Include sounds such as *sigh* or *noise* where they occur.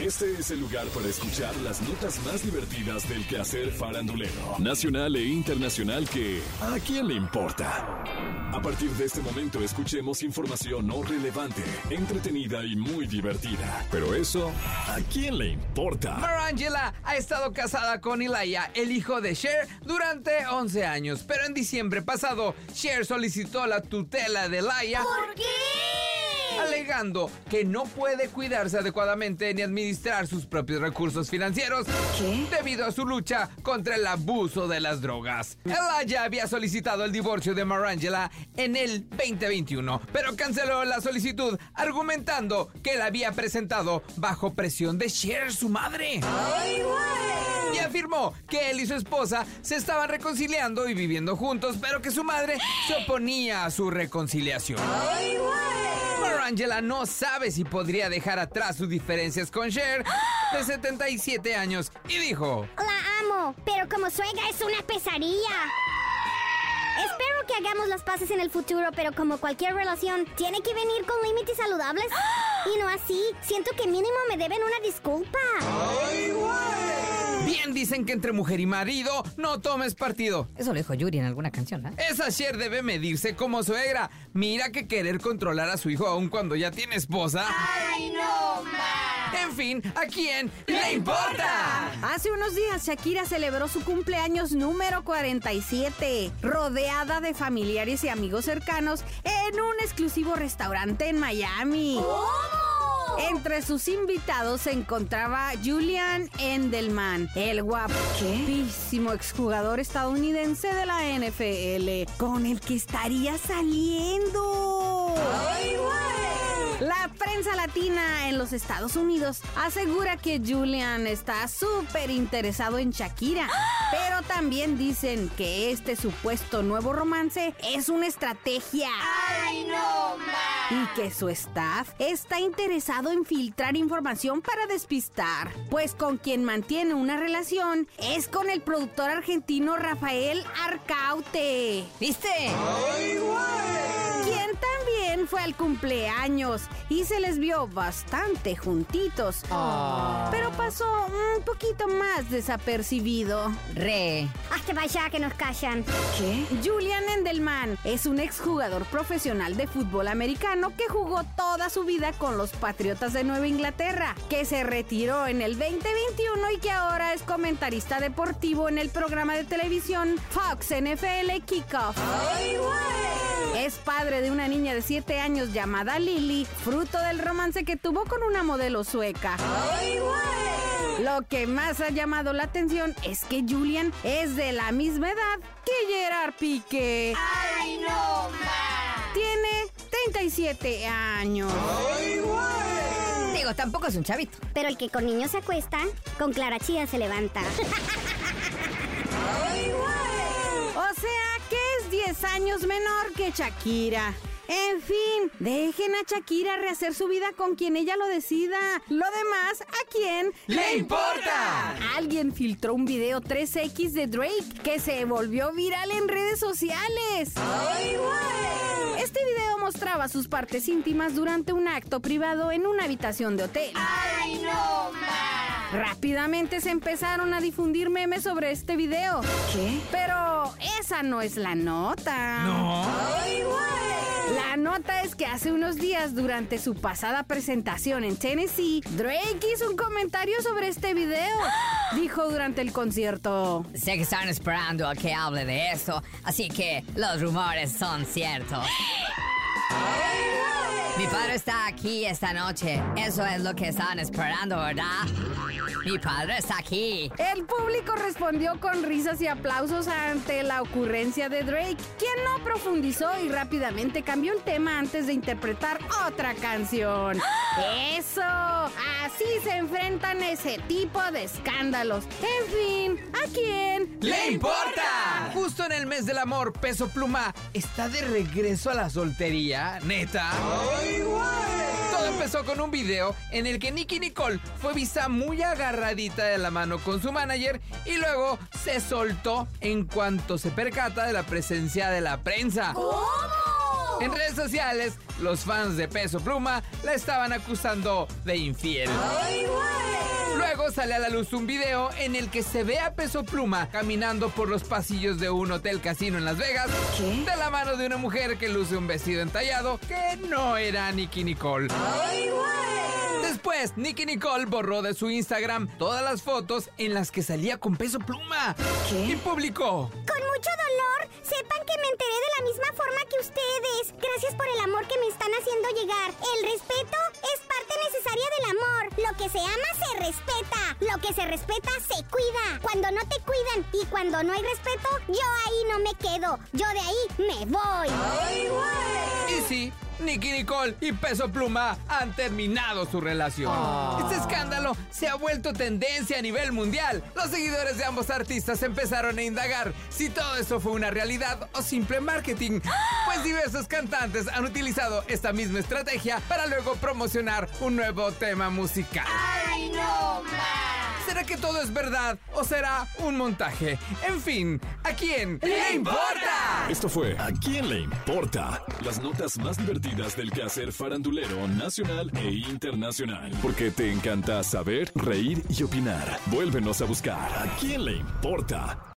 Este es el lugar para escuchar las notas más divertidas del quehacer farandulero, nacional e internacional que ¿a quién le importa? A partir de este momento escuchemos información no relevante, entretenida y muy divertida. Pero eso, ¿a quién le importa? Marangela ha estado casada con Ilaya, el hijo de Cher, durante 11 años. Pero en diciembre pasado, Cher solicitó la tutela de Laia, ¿Por qué? alegando que no puede cuidarse adecuadamente ni administrar sus propios recursos financieros debido a su lucha contra el abuso de las drogas. Elaya había solicitado el divorcio de Marangela en el 2021, pero canceló la solicitud argumentando que la había presentado bajo presión de Cher, su madre. Y afirmó que él y su esposa se estaban reconciliando y viviendo juntos, pero que su madre se oponía a su reconciliación. Marangela no sabe si podría dejar atrás sus diferencias con Cher, *gasps* de 77 años, y dijo... La amo, pero como suegra es una pesadilla. Espero que hagamos las paces en el futuro, pero como cualquier relación, tiene que venir con límites saludables. Y no así, siento que mínimo me deben una disculpa. Bien dicen que entre mujer y marido no tomes partido. Eso lo dijo Yuri en alguna canción, ¿eh? ¿no? Esa Cher debe medirse como suegra. Mira que querer controlar a su hijo aun cuando ya tiene esposa. ¡Ay, no, ma! En fin, ¿a quién le importa? Hace unos días Shakira celebró su cumpleaños número 47, rodeada de familiares y amigos cercanos en un exclusivo restaurante en Miami. ¡Oh! ¿Cómo? Entre sus invitados se encontraba Julian Endelman, el guapísimo exjugador estadounidense de la NFL, con el que estaría saliendo. La prensa latina en los Estados Unidos asegura que Julian está súper interesado *gasps* en Shakira, pero también dicen que este supuesto nuevo romance es una estrategia. ¡Ay, no, ma! Y que su staff está interesado en filtrar información para despistar, pues con quien mantiene una relación es con el productor argentino Rafael Arcaute. ¿Viste? quien también fue al cumpleaños y se les vio bastante juntitos. Pero pasó un poquito más desapercibido. Re. Hasta para allá Ah, que nos callan. ¿Qué? Julian Endelman es un exjugador profesional de fútbol americano que jugó toda su vida con los Patriotas de Nueva Inglaterra, que se retiró en el 2021 y que ahora es comentarista deportivo en el programa de televisión Fox NFL Kickoff. Es padre de una niña de 7 años llamada Lily, fruto del romance que tuvo con una modelo sueca. Lo que más ha llamado la atención es que Julian es de la misma edad que Gerard Piqué. ¡Ay, no, ma! Tiene 37 años. Digo, tampoco es un chavito. Pero el que con niños se acuesta, con Clara Chía se levanta. O sea que es 10 años menor que Shakira. En fin, dejen a Shakira rehacer su vida con quien ella lo decida. Lo demás, ¿a quién ¡Le importa! Alguien filtró un video 3X de Drake que se volvió viral en redes sociales. Este video mostraba sus partes íntimas durante un acto privado en una habitación de hotel. ¡Ay, no, ma! Rápidamente se empezaron a difundir memes sobre este video. ¿Qué? Pero esa no es la nota. No. La nota es que hace unos días, durante su pasada presentación en Tennessee, Drake hizo un comentario sobre este video. Dijo durante el concierto. Sé que están esperando a que hable de eso, así que los rumores son ciertos. Mi padre está aquí esta noche. Eso es lo que están esperando, ¿verdad? Mi padre está aquí. El público respondió con risas y aplausos ante la ocurrencia de Drake, quien no profundizó y rápidamente cambió el tema antes de interpretar otra canción. ¡Eso! Así se enfrentan ese tipo de escándalos. En fin, ¿a quién? ¡Le importa! Justo en el mes del amor, Peso Pluma está de regreso a la soltería, neta. Todo empezó con un video en el que Nicky Nicole fue vista muy agarradita de la mano con su manager y luego se soltó en cuanto se percata de la presencia de la prensa. En redes sociales, los fans de Peso Pluma la estaban acusando de infiel. sale a la luz un video en el que se ve a Peso Pluma caminando por los pasillos de un hotel casino en Las Vegas de la mano de una mujer que luce un vestido entallado que no era Nicky Nicole. Después, Nicky Nicole borró de su Instagram todas las fotos en las que salía con Peso Pluma y publicó Con mucho dolor, sepan que me enteré de la misma forma que ustedes. Gracias por el amor que me están haciendo llegar. El respeto es parte necesaria del amor. Lo que se ama se respeta. Lo que se respeta se cuida. Cuando no te cuidan y cuando no hay respeto, yo ahí no me quedo. Yo de ahí me voy. Y sí, Nicky Nicole y Peso Pluma han terminado su relación. Este escándalo se ha vuelto tendencia a nivel mundial. Los seguidores de ambos artistas empezaron a indagar si todo esto fue una realidad o simple marketing, pues diversos cantantes han utilizado esta misma estrategia para luego promocionar un nuevo tema musical. ¿Será que todo es verdad o será un montaje? En fin, ¿a quién le importa? Esto fue ¿A quién le importa? Las notas más divertidas del quehacer farandulero nacional e internacional. Porque te encanta saber, reír y opinar. Vuélvenos a buscar ¿A quién le importa?